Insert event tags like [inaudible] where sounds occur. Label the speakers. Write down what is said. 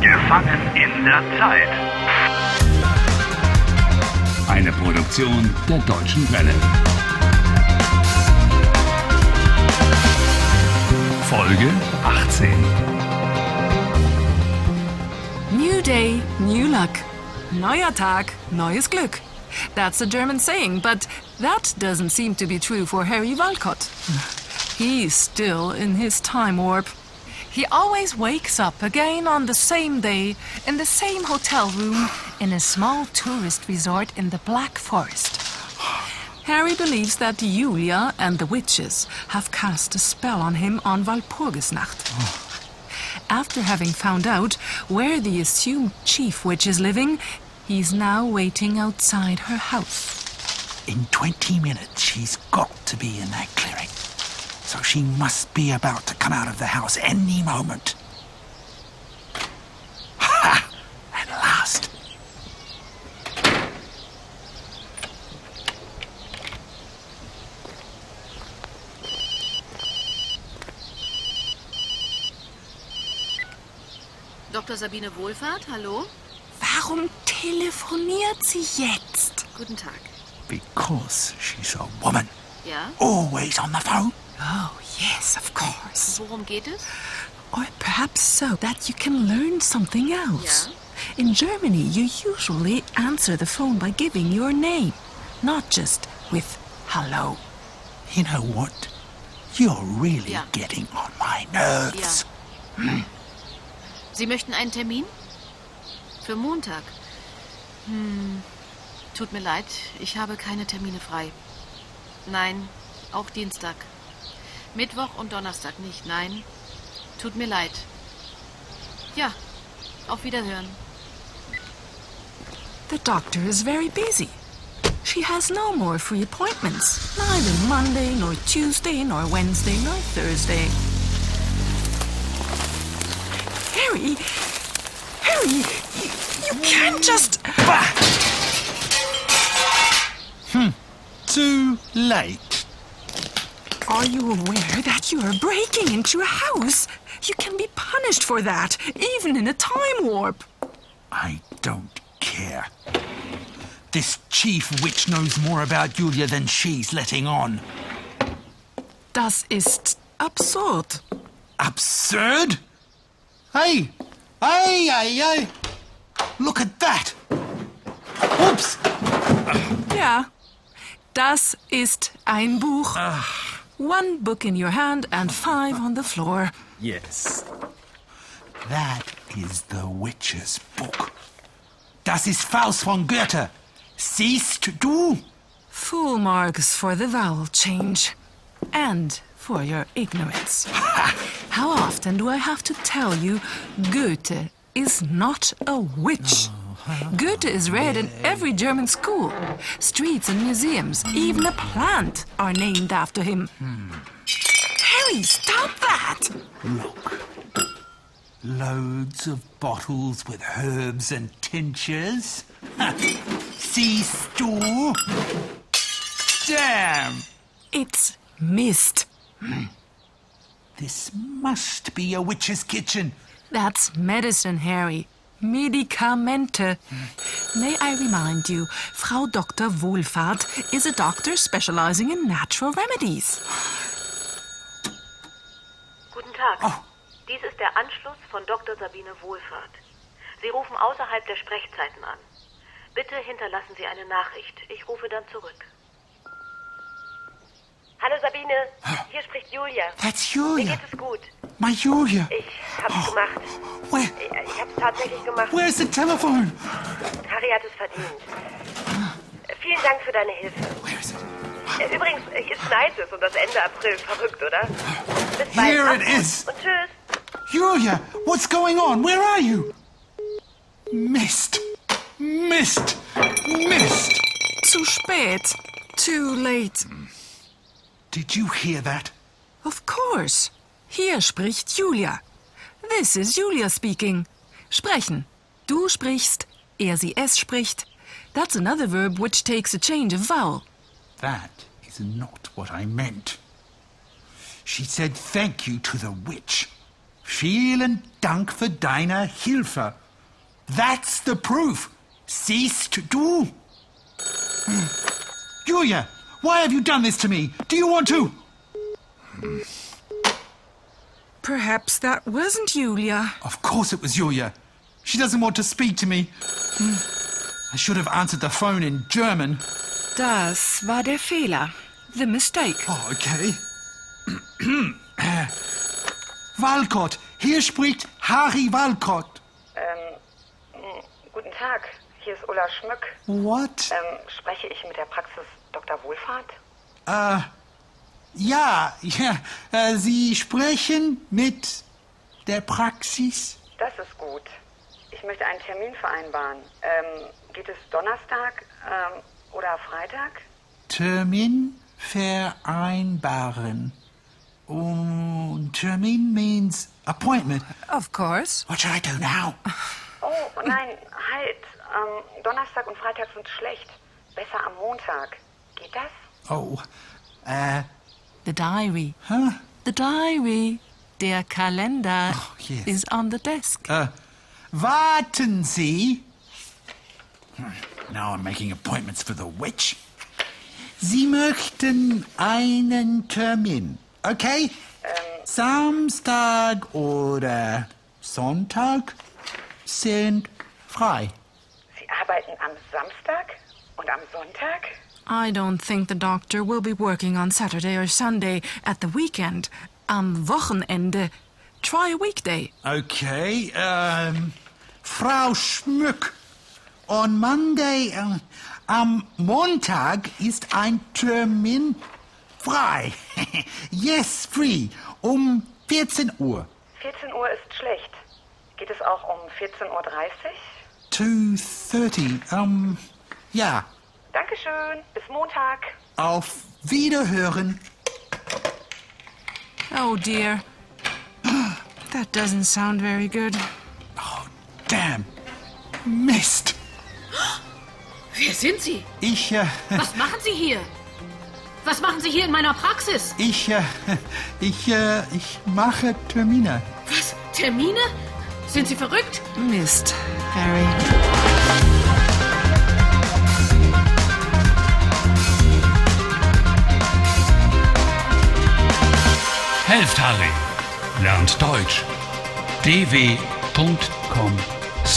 Speaker 1: Gefangen in der Zeit.
Speaker 2: Eine Produktion der Deutschen Welle. Folge 18.
Speaker 3: New day, new luck. Neuer Tag, neues Glück. That's a German saying, but that doesn't seem to be true for Harry Walcott. He's still in his time warp. He always wakes up again on the same day, in the same hotel room, in a small tourist resort in the Black Forest. Harry believes that Julia and the witches have cast a spell on him on Walpurgisnacht. After having found out where the assumed chief witch is living, he's now waiting outside her house.
Speaker 4: In 20 minutes, she's got to be in that clearing. So she must be about to come out of the house any moment. Ha! At last.
Speaker 5: Dr. Sabine Wohlfahrt, hallo?
Speaker 3: Warum telefoniert sie jetzt?
Speaker 5: Guten Tag.
Speaker 4: Because she's a woman.
Speaker 5: Ja?
Speaker 4: Always on the phone.
Speaker 3: Oh, yes, of course.
Speaker 5: Worum geht es?
Speaker 3: Or perhaps so that you can learn something else.
Speaker 5: Yeah.
Speaker 3: In Germany, you usually answer the phone by giving your name, not just with hello.
Speaker 4: You know what? You're really
Speaker 5: Yeah.
Speaker 4: getting on my nerves.
Speaker 5: Ja. Sie möchten einen Termin? Für Montag. Hm. Tut mir leid, ich habe keine Termine frei. Nein, auch Dienstag. Mittwoch und Donnerstag nicht, nein. Tut mir leid. Ja, auf Wiederhören.
Speaker 3: The doctor is very busy. She has no more free appointments, neither Monday, nor Tuesday, nor Wednesday, nor Thursday. Harry! Harry! You, you can't just.
Speaker 4: Too late.
Speaker 3: Are you aware that you are breaking into a house? You can be punished for that, even in a time warp.
Speaker 4: I don't care. This chief witch knows more about Julia than she's letting on.
Speaker 3: Das ist absurd.
Speaker 4: Absurd? Hey! Hey, hey, hey! Look at that! Oops!
Speaker 3: Ja, das ist ein Buch. One book in your hand and five on the floor.
Speaker 4: Yes. That is the witch's book. Das ist Faust von Goethe. Siehst du?
Speaker 3: Full marks for the vowel change. And for your ignorance. [laughs] How often do I have to tell you Goethe is not a witch? Goethe is read in every German school. Streets and museums, even a plant, are named after him. Harry, stop that!
Speaker 4: Look. Loads of bottles with herbs and tinctures. Ha. Siehst du? Damn!
Speaker 3: It's mist.
Speaker 4: This must be a witch's kitchen.
Speaker 3: That's medicine, Harry. Medikamente. May I remind you, Frau Dr. Wohlfahrt is a doctor specializing in natural remedies.
Speaker 6: Guten Tag.
Speaker 4: Ah.
Speaker 6: Dies ist der Anschluss von Dr. Sabine Wohlfahrt. Sie rufen außerhalb der Sprechzeiten an. Bitte hinterlassen Sie eine Nachricht. Ich rufe dann zurück. Hallo Sabine, hier spricht Julia.
Speaker 4: That's
Speaker 6: Mir
Speaker 4: Ah. Julia. Oh.
Speaker 6: geht es gut.
Speaker 4: My Julia.
Speaker 6: Ich hab's gemacht.
Speaker 4: Where,
Speaker 6: Ich, ich hab's tatsächlich gemacht.
Speaker 4: where's the telephone?
Speaker 6: Harry hat es verdient. Vielen Dank für deine Hilfe.
Speaker 4: Where is it?
Speaker 6: Äh, Übrigens, äh, hier schneit es und das Ende April. Verrückt, oder? Bis
Speaker 4: Ah. Here it
Speaker 6: bald. Mach's gut
Speaker 4: is.
Speaker 6: Und tschüss.
Speaker 4: Julia, what's going on? Where are you? Missed. Missed. Missed.
Speaker 3: Too spät. Too late.
Speaker 4: Did you hear that?
Speaker 3: Of course. Hier spricht Julia. This is Julia speaking. Sprechen. Du sprichst, er sie es spricht. That's another verb which takes a change of vowel.
Speaker 4: That is not what I meant. She said thank you to the witch. Vielen Dank für deine Hilfe. That's the proof. Siehst du? Hm. Julia, why have you done this to me? Do you want to?
Speaker 3: Perhaps that wasn't Julia.
Speaker 4: Of course it was Julia. She doesn't want to speak to me. Hm. I should have answered the phone in German.
Speaker 3: Das war der Fehler. The mistake.
Speaker 4: Oh, okay. Walcott, hier spricht Harry Walcott.
Speaker 7: Ähm, mh, guten Tag, hier ist Ulla Schmück.
Speaker 4: What?
Speaker 7: Ähm, spreche ich mit der Praxis Dr. Wohlfahrt?
Speaker 4: Ja, ja, äh, Sie sprechen mit der Praxis?
Speaker 7: Das ist gut. Ich möchte einen Termin vereinbaren. Ähm, geht es Donnerstag ähm, oder Freitag?
Speaker 4: Termin vereinbaren. Um, Termin means appointment.
Speaker 3: Of course.
Speaker 4: What should I do now?
Speaker 7: Oh, nein, halt. Ähm, Donnerstag und Freitag sind schlecht. Besser am Montag. Geht das?
Speaker 4: Oh, uh,
Speaker 3: The diary.
Speaker 4: huh?
Speaker 3: The diary. Der Kalender
Speaker 4: Oh, yes.
Speaker 3: is on the desk.
Speaker 4: Uh, warten Sie. Hm, Now I'm making appointments for the witch. Sie möchten einen Termin, okay? Samstag oder Sonntag sind frei.
Speaker 7: Sie arbeiten am Samstag und am Sonntag?
Speaker 3: I don't think the doctor will be working on Saturday or Sunday at the weekend. Am Wochenende. Try a weekday.
Speaker 4: Okay, ähm, Frau Schmück, on Monday, ähm, am Montag ist ein Termin frei. [laughs] yes, free, um 14 Uhr.
Speaker 7: 14 Uhr ist schlecht. Geht es auch um 14.30 Uhr?
Speaker 4: 2.30, ähm, ja,
Speaker 7: Dankeschön. Bis Montag.
Speaker 4: auf Wiederhören.
Speaker 3: Oh dear.
Speaker 4: [gasps]
Speaker 3: that doesn't sound very good.
Speaker 4: Damn, Mist.
Speaker 5: Wer sind Sie?
Speaker 4: Ich, äh,
Speaker 5: Was machen Sie hier? Was machen Sie hier in meiner Praxis?
Speaker 4: ich, äh, [laughs] ich, äh, ich mache Termine.
Speaker 5: Was? Termine? Sind Sie verrückt?
Speaker 3: Missed, Harry.
Speaker 2: Helft Harry. Lernt Deutsch. dw.com/harry.